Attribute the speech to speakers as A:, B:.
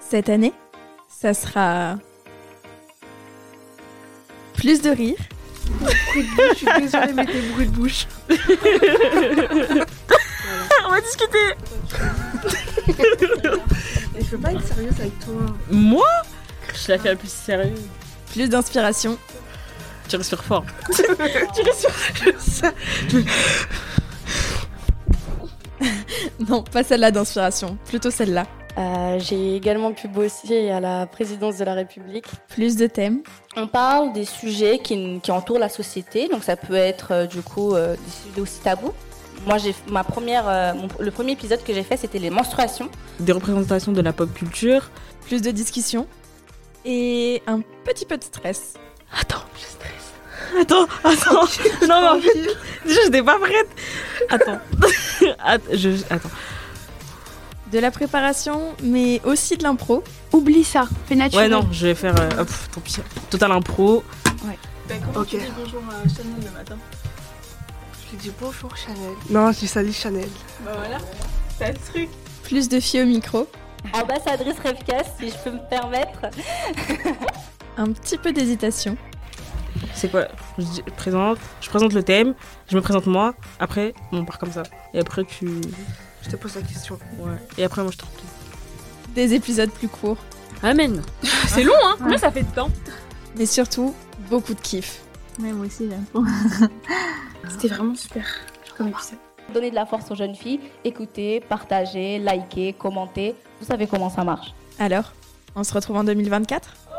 A: Cette année, ça sera plus de rire.
B: Je suis désolée, mais tes bruits de bouche.
A: On va discuter.
B: Mais je peux pas être sérieuse avec toi.
C: Moi Je suis la fais la plus sérieuse.
A: Plus d'inspiration.
C: Tu respires fort.
A: Non, pas celle-là d'inspiration, plutôt celle-là.
D: Euh, J'ai également pu bosser à la présidence de la République.
A: Plus de thèmes.
E: On parle des sujets qui, qui entourent la société, donc ça peut être euh, du coup euh, des sujets aussi tabous. Moi, j'ai ma première, euh, mon- le premier épisode que j'ai fait, c'était les menstruations.
C: Des représentations de la pop culture.
A: plus de discussion et un petit peu de stress.
C: Attends, je stresse. Attends, attends. non, mais en fait, déjà, j'étais pas prête. Attends. Att- je, attends.
A: De la préparation, mais aussi de l'impro.
F: Oublie ça, fais
C: Ouais,
F: naturel.
C: non, je vais faire. euh, hop, tant pis. Total impro.
B: comment tu dis
G: bonjour à Chanel le matin
B: Je lui dis bonjour Chanel. Non, je lui salue Chanel.
G: Bah voilà, t'as le truc.
A: Plus de filles au micro.
E: Ambassadrice Rêvecast, si je peux me permettre.
A: Un petit peu d'hésitation.
C: C'est quoi je, dis- je présente, je présente le thème, je me présente moi. Après, on part comme ça. Et après, tu.
B: Je te pose la question.
C: Ouais. Et après, moi, je te retrouve.
A: Des épisodes plus courts.
C: Amen.
G: C'est long, hein Combien ça fait de temps
A: Mais surtout, beaucoup de kiff.
G: Ouais, moi aussi, j'aime trop.
F: C'était vraiment super. Comme épisode.
E: Donner de la force aux jeunes filles, écouter, partager, liker, commenter. Vous savez comment ça marche.
A: Alors, on se retrouve en 2024